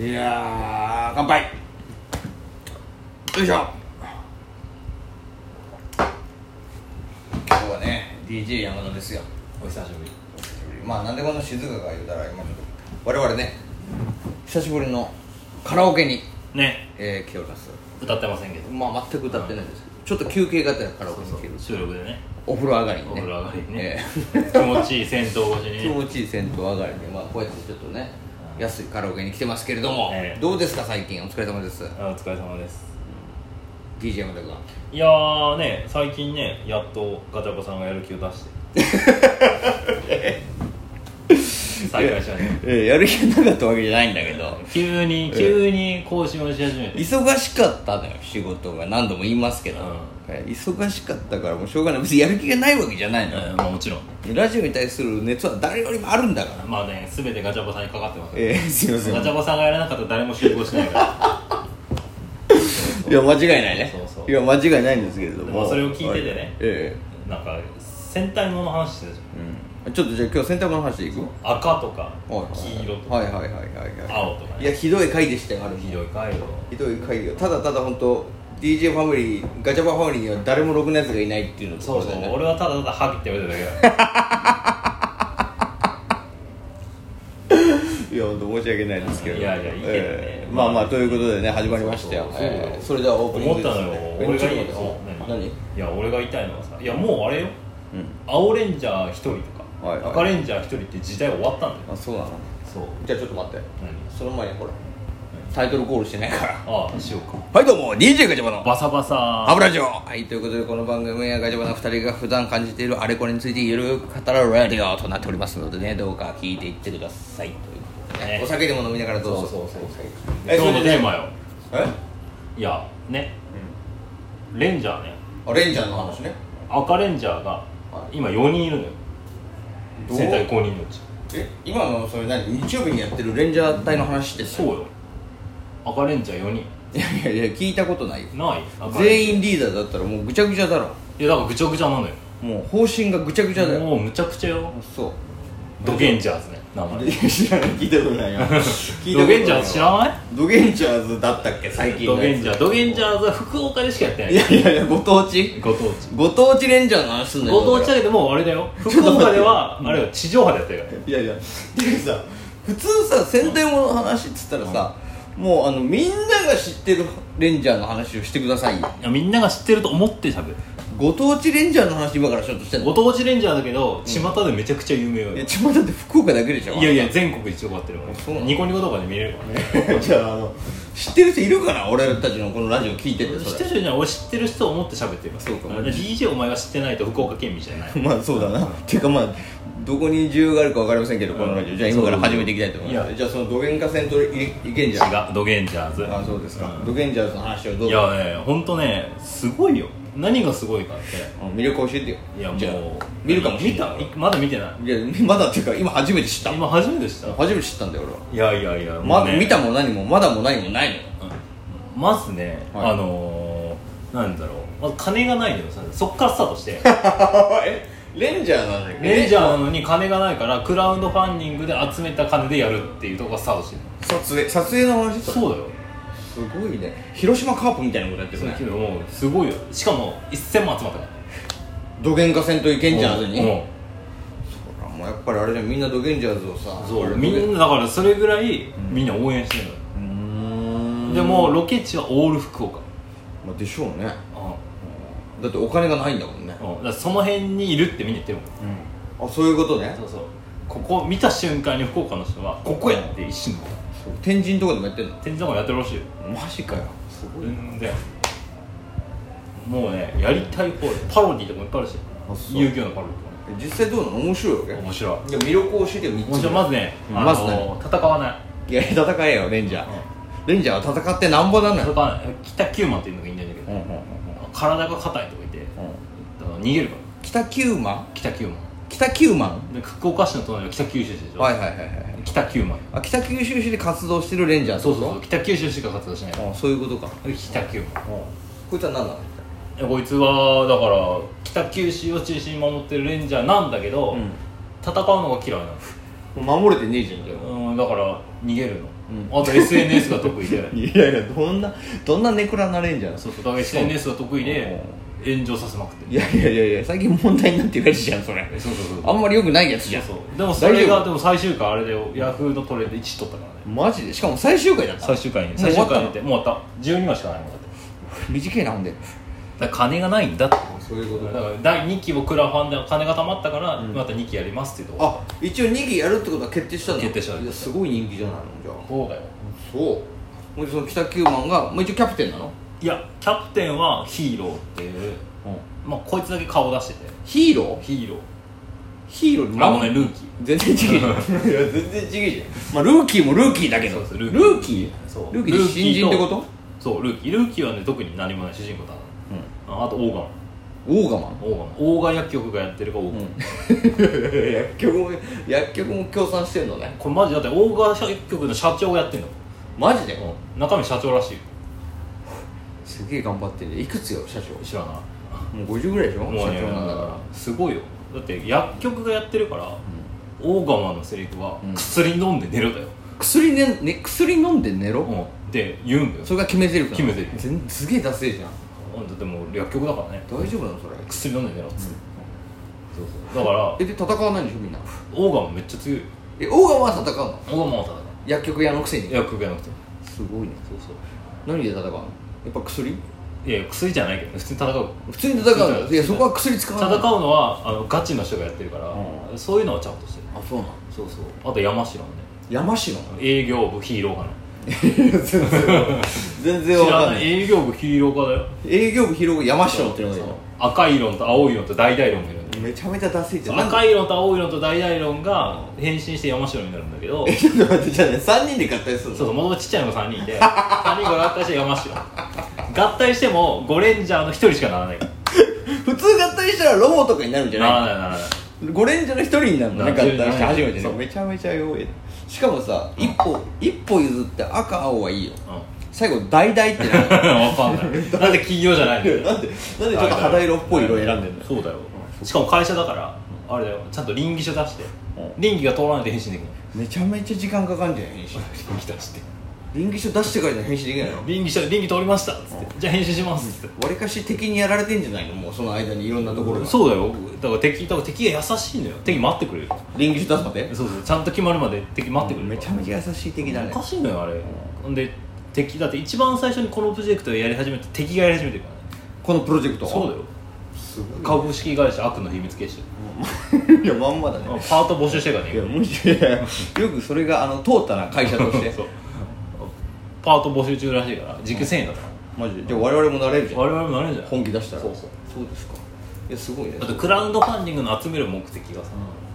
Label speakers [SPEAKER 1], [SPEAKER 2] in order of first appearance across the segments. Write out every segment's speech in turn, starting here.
[SPEAKER 1] いやー乾杯よいしょ
[SPEAKER 2] 今日はね DJ 山田ですよ
[SPEAKER 1] お久しぶり
[SPEAKER 2] お久しぶりまあなんでこの静かが言うたら今ちょっと我々ね久しぶりのカラオケに、
[SPEAKER 1] ね
[SPEAKER 2] えー、来ております
[SPEAKER 1] 歌ってませんけど
[SPEAKER 2] まあ全く歌ってないですけど、ちょっと休憩がてらカラオケに来てる
[SPEAKER 1] 収録でね
[SPEAKER 2] お風呂上がりに
[SPEAKER 1] お
[SPEAKER 2] ね
[SPEAKER 1] 風呂上がりにね
[SPEAKER 2] えー
[SPEAKER 1] 気持ちいい戦闘 越し
[SPEAKER 2] 気
[SPEAKER 1] にね
[SPEAKER 2] 持ちいい銭湯上がりでまあこうやってちょっとね
[SPEAKER 1] うん
[SPEAKER 2] 安いカラオケに来てますけれども、
[SPEAKER 1] ええ
[SPEAKER 2] どうですか最近お疲れ様です
[SPEAKER 1] あお疲れ様です
[SPEAKER 2] DJ 山田君
[SPEAKER 1] いやーね最近ねやっとガチャパさんがやる気を出して 再開したね
[SPEAKER 2] ええ やる気がなかったわけじゃないんだけど
[SPEAKER 1] 急に
[SPEAKER 2] え
[SPEAKER 1] 急に更新をし始めて
[SPEAKER 2] 忙しかったのよ仕事が何度も言いますけど、
[SPEAKER 1] うん
[SPEAKER 2] え忙しかったからもうしょうがない別にやる気がないわけじゃないのよ、
[SPEAKER 1] うんまあもちろん
[SPEAKER 2] ラジオに対する熱は誰よりもあるんだから、
[SPEAKER 1] まあね全てガチャパさんにかかってます
[SPEAKER 2] ええ すいません
[SPEAKER 1] ガチャパさんがやらなかったら誰も集合しないから
[SPEAKER 2] いや間違いないね
[SPEAKER 1] そうそう
[SPEAKER 2] や間違いないんですけれども、
[SPEAKER 1] まあそれを聞いててね
[SPEAKER 2] え
[SPEAKER 1] なんか戦隊ものの話してたじ
[SPEAKER 2] えうん、ちょっとじゃあ今日洗濯物の話でいく
[SPEAKER 1] ゃん赤とか
[SPEAKER 2] はい
[SPEAKER 1] 黄色とか
[SPEAKER 2] はいはいはいはいはい
[SPEAKER 1] 青とかね
[SPEAKER 2] いやひどい回でしたよある日
[SPEAKER 1] ひどい回路
[SPEAKER 2] ひどい回よただただ本当 DJ ファミリーガチャバファミリーには誰もろくなやつがいないっていうのと
[SPEAKER 1] そう
[SPEAKER 2] こ
[SPEAKER 1] そ
[SPEAKER 2] ろだ
[SPEAKER 1] う
[SPEAKER 2] よね
[SPEAKER 1] 俺はただただハゲって言われただけだ
[SPEAKER 2] いや本当申し訳ないですけど
[SPEAKER 1] いやいやいいけどね
[SPEAKER 2] ええまあまあということでね始まりましたよ
[SPEAKER 1] そうそうそう
[SPEAKER 2] ええそれではオープニン
[SPEAKER 1] 思
[SPEAKER 2] グ
[SPEAKER 1] っ
[SPEAKER 2] で
[SPEAKER 1] た
[SPEAKER 2] す
[SPEAKER 1] のよ俺がいいよ
[SPEAKER 2] 何何
[SPEAKER 1] いや俺が言いたいのはさいやもうあれよ
[SPEAKER 2] うん
[SPEAKER 1] 青レンジャー一人とか、
[SPEAKER 2] はいはい
[SPEAKER 1] 赤レンジャー一人って時代終わったんだよ
[SPEAKER 2] あそうなの
[SPEAKER 1] そう
[SPEAKER 2] じゃあちょっと待って
[SPEAKER 1] 何
[SPEAKER 2] その前にほらタイトルコールしてないから
[SPEAKER 1] ああしようか
[SPEAKER 2] はいどうも DJ ガチャバの
[SPEAKER 1] バサバサ
[SPEAKER 2] 油城はいということでこの番組はガチャバの2人が普段感じているあれこれについてゆるく語るラディオとなっておりますのでねどうか聞いていってくださいということでね
[SPEAKER 1] ね
[SPEAKER 2] お酒でも飲みながらどうぞ
[SPEAKER 1] そうそうそう
[SPEAKER 2] え
[SPEAKER 1] 今日のテーマよ
[SPEAKER 2] それでね
[SPEAKER 1] いやね、レンジャーね
[SPEAKER 2] えあレンジャーの話ね
[SPEAKER 1] 赤レンジャーが
[SPEAKER 2] はい
[SPEAKER 1] 今4人いるのよ
[SPEAKER 2] どう
[SPEAKER 1] 戦隊公認のうち
[SPEAKER 2] え今のそれ何日曜日にやってるレンジャー隊の話って
[SPEAKER 1] そうよ赤レンジャー4人
[SPEAKER 2] いやいやいや聞いたことないよ
[SPEAKER 1] ない赤レン
[SPEAKER 2] 全員リーダーだったらもうぐちゃぐちゃだろ
[SPEAKER 1] いやだからぐちゃぐちゃなのよ
[SPEAKER 2] もう方針がぐちゃぐちゃだよ
[SPEAKER 1] もうむちゃくちゃよ
[SPEAKER 2] そう
[SPEAKER 1] ドゲンジャーズね名前
[SPEAKER 2] いや 知らない聞いたことないよ聞いたことない
[SPEAKER 1] ドゲンジャーズ知らない
[SPEAKER 2] ドゲンジャーズだったっけ最近
[SPEAKER 1] ド
[SPEAKER 2] のやつ
[SPEAKER 1] ゲンジャードゲンジャーズは福岡でしかやってない
[SPEAKER 2] いやいやいやご当地
[SPEAKER 1] ご当地
[SPEAKER 2] ご当地レンジャーの話すんだよ
[SPEAKER 1] ご当地だけどもうあれだ よ福岡ではあれよ地上波でやってるから
[SPEAKER 2] いやいやてかさ普通さ宣伝物の話っつったらさ、もうあのみんなが知ってるレンジャーの話をしてくださいよ
[SPEAKER 1] いやみんなが知ってると思ってしゃべる
[SPEAKER 2] ご当地レンジャーの話今からしようとしてん
[SPEAKER 1] ご
[SPEAKER 2] の
[SPEAKER 1] 当地レンジャーだけど巷でめちゃくちゃ有名よ
[SPEAKER 2] いやちょだって福岡だけでしょ
[SPEAKER 1] いやいや全国一応終わってるから
[SPEAKER 2] そうなの
[SPEAKER 1] ニコニコとかで見れるからね
[SPEAKER 2] じゃああの知ってる人いるかな俺たちのこのラジオ聞いてて
[SPEAKER 1] 知
[SPEAKER 2] そ
[SPEAKER 1] って
[SPEAKER 2] れ
[SPEAKER 1] る人じゃない俺知ってる人を思って喋ってる
[SPEAKER 2] そうか
[SPEAKER 1] だら DJ お前が知ってないと福岡県民じゃない
[SPEAKER 2] まあそうだなていうかまあどこに需要があるか分かりませんけどこのラジオじゃあ今から始めていきたいと思いま
[SPEAKER 1] い
[SPEAKER 2] す
[SPEAKER 1] や
[SPEAKER 2] じゃあそのドゲンカ戦といいけんじゃん
[SPEAKER 1] 違うドゲンジャーズ
[SPEAKER 2] あそうですか、ドゲンジャーズの話をど
[SPEAKER 1] いう
[SPEAKER 2] ぞ
[SPEAKER 1] やね本当ねすごいよ何がすごいかって
[SPEAKER 2] うん魅力教えてよ
[SPEAKER 1] いや
[SPEAKER 2] じゃあ
[SPEAKER 1] もう
[SPEAKER 2] 見るかもしれない
[SPEAKER 1] 見たまだ見てない
[SPEAKER 2] いやまだっていうか今初めて知った
[SPEAKER 1] 今初めてしたい
[SPEAKER 2] 初めて知ったんだよ俺は
[SPEAKER 1] やいやいや
[SPEAKER 2] ま
[SPEAKER 1] もうね
[SPEAKER 2] 見たも何もまだも何もない のよ
[SPEAKER 1] うんまずね
[SPEAKER 2] はい
[SPEAKER 1] あのーなんだろうまず金がないのよさそっからスタートして
[SPEAKER 2] えレンジャーなのに
[SPEAKER 1] レンジャーなのに金がないからクラウドファンディングで集めた金でやるっていうとこがスタートしてる
[SPEAKER 2] 撮影撮影の話す
[SPEAKER 1] そうだよ
[SPEAKER 2] ごいね広島カープみたいなことやってる
[SPEAKER 1] そう
[SPEAKER 2] ね
[SPEAKER 1] けどもうすごいよしかも1000万集まったからね
[SPEAKER 2] ドゲンカ戦といけんじゃんずに
[SPEAKER 1] うん
[SPEAKER 2] ほらもうやっぱりあれじゃんみんなドゲンジャーズをさ
[SPEAKER 1] そう
[SPEAKER 2] 俺
[SPEAKER 1] みん
[SPEAKER 2] う
[SPEAKER 1] なだからそれぐらいみんな応援してるのよ
[SPEAKER 2] ーん
[SPEAKER 1] でもロケ地はオール福岡
[SPEAKER 2] まあでしょうね
[SPEAKER 1] う
[SPEAKER 2] だってお金がないんだもんね
[SPEAKER 1] んうんだからその辺にいるってみんな言ってるもん
[SPEAKER 2] あそういうことね
[SPEAKER 1] そうそうここ見た瞬間に福岡の人はここやって一瞬で
[SPEAKER 2] そう天神とかでもやってんの
[SPEAKER 1] 天神とかやってるらしいよ
[SPEAKER 2] マジかよすご
[SPEAKER 1] 全然もうねやりたい放題パロディとかもいっぱいあるし
[SPEAKER 2] あそう
[SPEAKER 1] 遊戯王のパロディとかね
[SPEAKER 2] 実際どうなの面白いわけ
[SPEAKER 1] 面白い
[SPEAKER 2] じゃあ魅力を教えてよ3つ
[SPEAKER 1] 面白いまずね、
[SPEAKER 2] うん
[SPEAKER 1] あ
[SPEAKER 2] まず
[SPEAKER 1] の戦わない
[SPEAKER 2] いや戦えよレンジャー、レンジャーは戦ってなんぼなの
[SPEAKER 1] 戦
[SPEAKER 2] よ、
[SPEAKER 1] わない北九万っていうのがいいんだけど、
[SPEAKER 2] うんうんうんうん
[SPEAKER 1] 体が硬いとかいて、だから逃げるから
[SPEAKER 2] 北九万
[SPEAKER 1] 北九万
[SPEAKER 2] 北九万
[SPEAKER 1] で福岡市の隣は北九州市でしょ、
[SPEAKER 2] はいはいはいはい
[SPEAKER 1] 北九万
[SPEAKER 2] あ北九州市で活動してるレンジャーって
[SPEAKER 1] そ
[SPEAKER 2] こ
[SPEAKER 1] う
[SPEAKER 2] と
[SPEAKER 1] そうそう北九州しか活動しない
[SPEAKER 2] あそういうことか
[SPEAKER 1] 北九万
[SPEAKER 2] こいつは何なの
[SPEAKER 1] いやこいつはだから北九州を中心に守ってるレンジャーなんだけど、
[SPEAKER 2] うん
[SPEAKER 1] 戦うのが嫌いなの
[SPEAKER 2] 守れてねえじゃんじゃ
[SPEAKER 1] うんうんだから逃げるの、あと SNS が得意 で
[SPEAKER 2] いやいやどんなどんなネクラなれんじゃん
[SPEAKER 1] そうそうだから SNS が得意で炎上させまくって
[SPEAKER 2] いやいやいやいや最近問題になってるやつじゃんそれ
[SPEAKER 1] えそうそうそう
[SPEAKER 2] あんまり良くないやつじゃん
[SPEAKER 1] そうそうでもそれ
[SPEAKER 2] 大丈
[SPEAKER 1] が
[SPEAKER 2] 夫
[SPEAKER 1] でも最終回あれでヤフーのトレンド1位取ったからね
[SPEAKER 2] マジでしかも最終回だった
[SPEAKER 1] 最終回に
[SPEAKER 2] もう
[SPEAKER 1] 最
[SPEAKER 2] 終わった
[SPEAKER 1] 終回
[SPEAKER 2] の
[SPEAKER 1] にてもう終わった12話しかないもんだって
[SPEAKER 2] 短いなほんで
[SPEAKER 1] だから金がないんだって
[SPEAKER 2] そういう
[SPEAKER 1] だから第2期をクラファンで金が貯まったから、また2期やりますっていうとこ
[SPEAKER 2] あ一応2期やるってことは決定したんだ
[SPEAKER 1] 決定した
[SPEAKER 2] いやすごい人気じゃないのじゃあ
[SPEAKER 1] そうだよ
[SPEAKER 2] そうもうその北九万がもう一応キャプテンなの、
[SPEAKER 1] いやキャプテンはヒーローっていう、まあ、こいつだけ顔出してて
[SPEAKER 2] ヒーロー
[SPEAKER 1] ヒーロー
[SPEAKER 2] ヒーローに
[SPEAKER 1] あのねルーキー
[SPEAKER 2] 全然違え じゃんいや全然違えじゃん、まあ、ルーキーもルーキーだけど
[SPEAKER 1] そうそう
[SPEAKER 2] ル
[SPEAKER 1] ル
[SPEAKER 2] ー
[SPEAKER 1] ー
[SPEAKER 2] キ
[SPEAKER 1] キ
[SPEAKER 2] ー
[SPEAKER 1] ー
[SPEAKER 2] ルーキー
[SPEAKER 1] そう
[SPEAKER 2] で新人ってこと
[SPEAKER 1] そうルーキールーキーはね特に何もない主人公だな、ああとオーガン
[SPEAKER 2] オーガマン
[SPEAKER 1] オーガンオーガン薬局がやってるかオーガン、
[SPEAKER 2] 薬局も薬局も協賛してんのね
[SPEAKER 1] これマジだってオーガン薬局の社長がやってんの
[SPEAKER 2] マジで、
[SPEAKER 1] 中身社長らしいよ
[SPEAKER 2] すげえ頑張ってるいくつよ社長
[SPEAKER 1] 知らない
[SPEAKER 2] もう50ぐらいでしょ社
[SPEAKER 1] もうね
[SPEAKER 2] 長なんだから
[SPEAKER 1] すごいよだって薬局がやってるから、オーガマのセリフは、薬飲んで寝るだよ、
[SPEAKER 2] 薬,、ねね、薬飲んで寝ろ、
[SPEAKER 1] うん、で言うんだよ
[SPEAKER 2] それが決めゼリフなの
[SPEAKER 1] 決めゼリフ
[SPEAKER 2] 全すげえダセえじゃん
[SPEAKER 1] うんだってもう薬局だからね
[SPEAKER 2] 大丈夫なのそれ
[SPEAKER 1] 薬飲んで寝ろっつって、そうそうだから
[SPEAKER 2] えで戦わないんでしょみんな
[SPEAKER 1] オーガマめっちゃ強いよ
[SPEAKER 2] えオーガマは戦うの
[SPEAKER 1] オーガマはただ
[SPEAKER 2] 薬局屋のくせに
[SPEAKER 1] 薬局じゃなくて
[SPEAKER 2] すごいね
[SPEAKER 1] そうそう
[SPEAKER 2] 何で戦うのやっぱ薬
[SPEAKER 1] いやいや薬じゃないけどね普通に戦う
[SPEAKER 2] 普通に戦うの
[SPEAKER 1] 普通に戦う
[SPEAKER 2] いやそこは薬使わ
[SPEAKER 1] 戦
[SPEAKER 2] な
[SPEAKER 1] う
[SPEAKER 2] い
[SPEAKER 1] のはあのガチの人がやってるから、
[SPEAKER 2] う
[SPEAKER 1] そういうのはちゃんとしてる
[SPEAKER 2] あそうなの
[SPEAKER 1] そうそうあと山城のね
[SPEAKER 2] 山城 なの
[SPEAKER 1] 営業部ヒーローかな
[SPEAKER 2] 全
[SPEAKER 1] 知
[SPEAKER 2] わ
[SPEAKER 1] らない営業部ヒーローかだよ
[SPEAKER 2] 営業部広が山城っていうのがいいの
[SPEAKER 1] 赤い論と青い論と大々論がいるんだよ
[SPEAKER 2] めちゃめちゃダセいじゃんなんか
[SPEAKER 1] 赤い論と青い論と大々論が変身して山城になるんだけ ど
[SPEAKER 2] ちょっと待ってじゃあね3人で合体する
[SPEAKER 1] そう
[SPEAKER 2] の
[SPEAKER 1] そうもともとちっちゃいのが3人で 3人が合体して山城合体してもゴレンジャーの1人しかならないか
[SPEAKER 2] 普通合体したらロボとかになるんじゃ
[SPEAKER 1] ら
[SPEAKER 2] ない
[SPEAKER 1] な
[SPEAKER 2] の
[SPEAKER 1] らないならない
[SPEAKER 2] ゴレンジャーの一人になるのね合
[SPEAKER 1] なる
[SPEAKER 2] 体して初めてね
[SPEAKER 1] そう
[SPEAKER 2] めちゃめちゃ弱いしかもさ一歩一歩譲って赤青はいいよ最後大々ってなる
[SPEAKER 1] 分かんないだって企業じゃないんだよ
[SPEAKER 2] なんでなんでちょっと肌色っぽい色選んでんの
[SPEAKER 1] そうだよしかも会社だからあれだよちゃんと倫理書出して
[SPEAKER 2] う
[SPEAKER 1] 倫理が通らないと返信できない
[SPEAKER 2] めちゃめちゃ時間かかんじゃん編集
[SPEAKER 1] 倫理出して
[SPEAKER 2] 臨機書出してからじゃ編集できないの
[SPEAKER 1] 倫理書倫理通りましたっつってじゃあ返信しますっつって
[SPEAKER 2] わりかし敵にやられてんじゃないのもうその間にいろんなところが
[SPEAKER 1] そうだよだから敵だから敵が優しいのよ敵待ってくれる
[SPEAKER 2] 臨機書出すまで
[SPEAKER 1] そうそうちゃんと決まるまで敵待ってくれる
[SPEAKER 2] めちゃめちゃ優しい敵だね
[SPEAKER 1] おかしいのよあれほんで敵だって一番最初にこのプロジェクトをやり始めた敵がやり始めてるからね
[SPEAKER 2] このプロジェクト
[SPEAKER 1] そうだよ
[SPEAKER 2] すご
[SPEAKER 1] 株式会社悪の秘密結社
[SPEAKER 2] いいやまんまだね
[SPEAKER 1] パート募集してるから
[SPEAKER 2] いや
[SPEAKER 1] ね
[SPEAKER 2] むしろいやよくそれがあの通ったな会社と して
[SPEAKER 1] そうパート募集中らしいから時給1000円だから
[SPEAKER 2] マジでじゃあ我々もなれるじゃん
[SPEAKER 1] 我々もなれるんじゃない
[SPEAKER 2] 本気出したら
[SPEAKER 1] そうそう
[SPEAKER 2] そうですかいやすごいね
[SPEAKER 1] あとクラウドファンディングの集める目的がさ、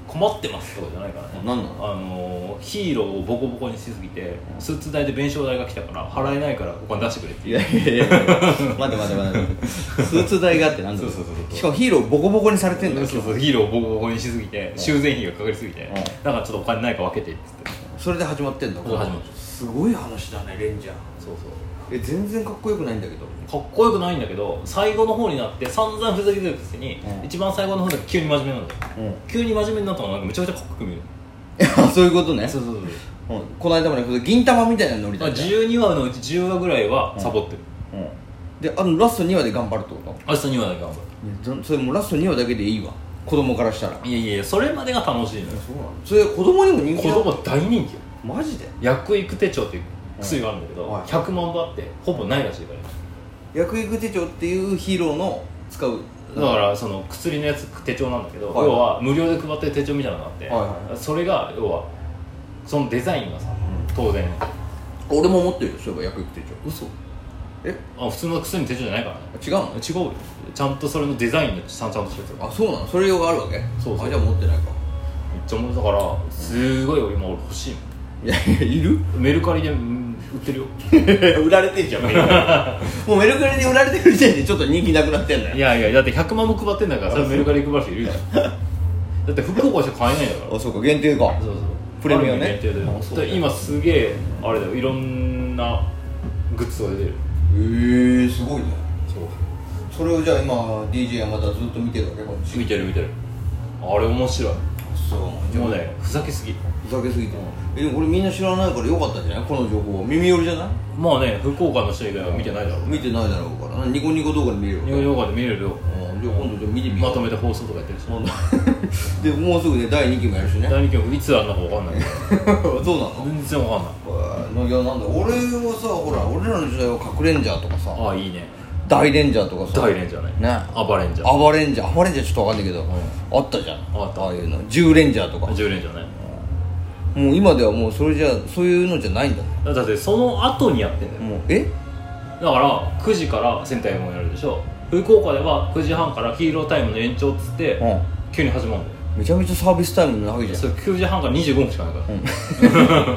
[SPEAKER 1] 困ってますとかじゃないからね
[SPEAKER 2] 何なの
[SPEAKER 1] あのーヒーローをボコボコにしすぎて、スーツ代で弁償代が来たから払えないからお金出してくれって
[SPEAKER 2] い
[SPEAKER 1] いう
[SPEAKER 2] やいやいや待って待って待ってスーツ代があってなんだろ
[SPEAKER 1] そうそうそうそう
[SPEAKER 2] しかもヒーローボコボコにされてんだよ
[SPEAKER 1] そうそうヒーローをボコボコにしすぎて修繕費がかかりすぎて、
[SPEAKER 2] ん
[SPEAKER 1] なんかちょっとお金ないから分けてっつって
[SPEAKER 2] それで始まってんだ
[SPEAKER 1] そう始まってる
[SPEAKER 2] すごい話だねレンジャー
[SPEAKER 1] そうそう
[SPEAKER 2] え全然かっこよくないんだけど
[SPEAKER 1] かっこよくないんだけど最後の方になって散々ふざけてるくせに、
[SPEAKER 2] うん
[SPEAKER 1] 一番最後の方だけ急に真面目なんだよ、
[SPEAKER 2] うん
[SPEAKER 1] 急に真面目になったのがなんかめちゃめちゃかっこよく見える
[SPEAKER 2] そういうことね
[SPEAKER 1] そうそうそうそう
[SPEAKER 2] うんこの間まで銀玉みたいなの乗り
[SPEAKER 1] だ
[SPEAKER 2] た
[SPEAKER 1] か
[SPEAKER 2] い
[SPEAKER 1] ら
[SPEAKER 2] じゃん
[SPEAKER 1] 12話のうち10話ぐらいはサボってる、
[SPEAKER 2] うんであのラスト2話で頑張るってこ
[SPEAKER 1] 明日2話だけ頑張る
[SPEAKER 2] といやそれもうラスト2話だけでいいわ子供からしたら
[SPEAKER 1] いやいやいやそれまでが楽しいのよ
[SPEAKER 2] そうなのそれ子供にも人気
[SPEAKER 1] 子
[SPEAKER 2] なの
[SPEAKER 1] 供大人気よ
[SPEAKER 2] マジで
[SPEAKER 1] 薬育手帳っていう薬があるんだけど、
[SPEAKER 2] はい
[SPEAKER 1] 100万部あってほぼないらしいから
[SPEAKER 2] 薬育手帳っていうヒーローの使う
[SPEAKER 1] だからその薬のやつ手帳なんだけど、
[SPEAKER 2] はい
[SPEAKER 1] 要は無料で配ってる手帳みたいなのがあって、
[SPEAKER 2] はいはいは
[SPEAKER 1] それが要はそのデザインがさ、当然
[SPEAKER 2] 俺も持ってるよそういえば薬育手帳
[SPEAKER 1] 嘘
[SPEAKER 2] え
[SPEAKER 1] あ普通の薬の手帳じゃないからね
[SPEAKER 2] 違うの
[SPEAKER 1] 違うよちゃんとそれのデザインのちゃんちゃんとしてる
[SPEAKER 2] あそうなのそれ用があるわけ
[SPEAKER 1] そうそう
[SPEAKER 2] あじゃあ持ってないか
[SPEAKER 1] めっちゃ思うだからすごい今俺欲しい
[SPEAKER 2] いやいやいる
[SPEAKER 1] もんメルカリでうん売ってる よ
[SPEAKER 2] 売られてんじゃんメルカリもうメルカリで売られてる時点でちょっと人気なくなってんだ
[SPEAKER 1] い
[SPEAKER 2] よ
[SPEAKER 1] やいやだって100万も配ってんだからそれメルカリで配る人いるじゃ んだって福岡じゃ買えないんだから
[SPEAKER 2] あそうか限定か
[SPEAKER 1] そうそう
[SPEAKER 2] プレミアね
[SPEAKER 1] ある意味限定
[SPEAKER 2] あそう
[SPEAKER 1] でで今すげえあれだよいろんなグッズが出てる
[SPEAKER 2] えー、すごいね
[SPEAKER 1] そう
[SPEAKER 2] それをじゃあ今 DJ はまたずっと見てるわけこっち
[SPEAKER 1] 見てる見てるあれ面白い
[SPEAKER 2] あすそう
[SPEAKER 1] もうだよふざけすぎ
[SPEAKER 2] ふざけすぎてえでもこれみんな知らないからよかったんじゃないこの情報耳寄りじゃない
[SPEAKER 1] まあね福岡の人以外は見てないだろう
[SPEAKER 2] 見てないだろうからニコニコ動画で見れる
[SPEAKER 1] ニューヨーカーで見れるよ
[SPEAKER 2] うんじゃあ今度じゃあ見てみよ
[SPEAKER 1] ま
[SPEAKER 2] う
[SPEAKER 1] とめて放送とかやってるし
[SPEAKER 2] うん でもうすぐね第2期もやるしね
[SPEAKER 1] 第二曲いつあんなか分かんない
[SPEAKER 2] そうなの
[SPEAKER 1] 全然分かんない
[SPEAKER 2] いやなんだ俺はさほら俺らの時代は核レンジャーとかさ
[SPEAKER 1] ああいいね
[SPEAKER 2] 大レンジャーとかさ
[SPEAKER 1] 大レンジャーね
[SPEAKER 2] ね
[SPEAKER 1] 暴レンジャー
[SPEAKER 2] アバレンジャーアバレンジャーちょっとわかんないけど、あったじゃん
[SPEAKER 1] あった
[SPEAKER 2] あいうの10レンジャーとか
[SPEAKER 1] 10レンジャーね
[SPEAKER 2] もう今ではもうそれじゃそういうのじゃないんだね
[SPEAKER 1] だだってその後にやってんだよ
[SPEAKER 2] もうえ
[SPEAKER 1] だから9時から戦隊もんやるでしょ福岡では9時半からヒーロータイムの延長っつって、
[SPEAKER 2] うん
[SPEAKER 1] 急に始まるんだよ
[SPEAKER 2] めちゃめちゃサービスタイム長いじゃん
[SPEAKER 1] それ9時半から25分しかないから、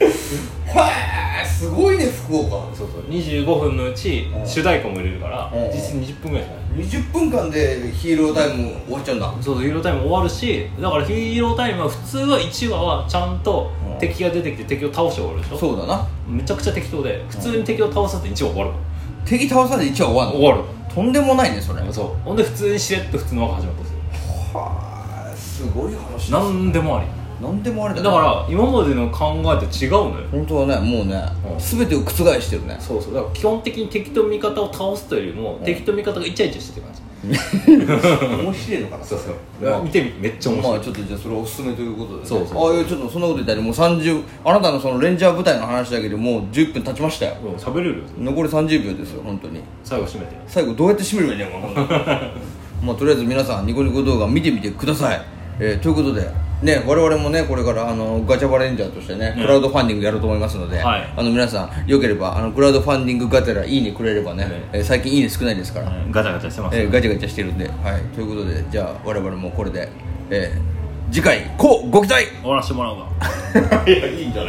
[SPEAKER 2] へえすごいね福岡
[SPEAKER 1] そうそう25分のうち
[SPEAKER 2] うん
[SPEAKER 1] 主題歌も入れるから、
[SPEAKER 2] うん
[SPEAKER 1] 実に20分ぐらいしかない、
[SPEAKER 2] 20分間でヒーロータイム終わっちゃうんだ
[SPEAKER 1] そうそうヒーロータイム終わるしだからヒーロータイムは普通は1話はちゃんと
[SPEAKER 2] うん
[SPEAKER 1] 敵が出てきて敵を倒して終わるでしょ、
[SPEAKER 2] そうだな
[SPEAKER 1] めちゃくちゃ適当で普通に敵を倒さず1話終わる
[SPEAKER 2] 敵倒されて1話終わるの
[SPEAKER 1] 終わ
[SPEAKER 2] とんでもないねそれ
[SPEAKER 1] るそうほんで普通にしれっと普通の輪が始まったんですよ
[SPEAKER 2] はあすごい話だ
[SPEAKER 1] 何でもあり
[SPEAKER 2] なんでもあれだ
[SPEAKER 1] だ
[SPEAKER 2] ね
[SPEAKER 1] から今までの考えと違うのよ
[SPEAKER 2] 本当はねもうね、
[SPEAKER 1] うん
[SPEAKER 2] 全てを覆して るね
[SPEAKER 1] そうそうだから基本的に敵と味方を倒すというよりも、
[SPEAKER 2] うん
[SPEAKER 1] 敵と味方がイチャイチャしてる感じ
[SPEAKER 2] 面白いのかなまあ
[SPEAKER 1] 見てみめっちゃ面白い、
[SPEAKER 2] まあちょっとじゃあそれおすすめということで、ね、
[SPEAKER 1] そうそう
[SPEAKER 2] あいやちょっとそんなこと言ったらもう30あなたのそのレンジャー舞台の話だけでもう10分経ちましたよ
[SPEAKER 1] うん喋れるよ
[SPEAKER 2] 残り30秒ですよ本当に
[SPEAKER 1] 最後締めて
[SPEAKER 2] 最後どうやって締めればいいんだよこの まあとりあえず皆さんニコニコ動画見てみてください、えーということでね我々もねこれからあのガチャバレンジャーとしてね、クラウドファンディングやろうと思いますので、
[SPEAKER 1] はい
[SPEAKER 2] あの皆さんよければあのクラウドファンディングガテラいいねくれればね、
[SPEAKER 1] ね
[SPEAKER 2] えー最近いいね少ないですから、
[SPEAKER 1] ガチャガチャしてま
[SPEAKER 2] えーガチャガチャしてるんで、はい、ということでじゃあ我々もこれで、えー次回こうご期待
[SPEAKER 1] 終わらせてもらうわ
[SPEAKER 2] いやいいんじゃない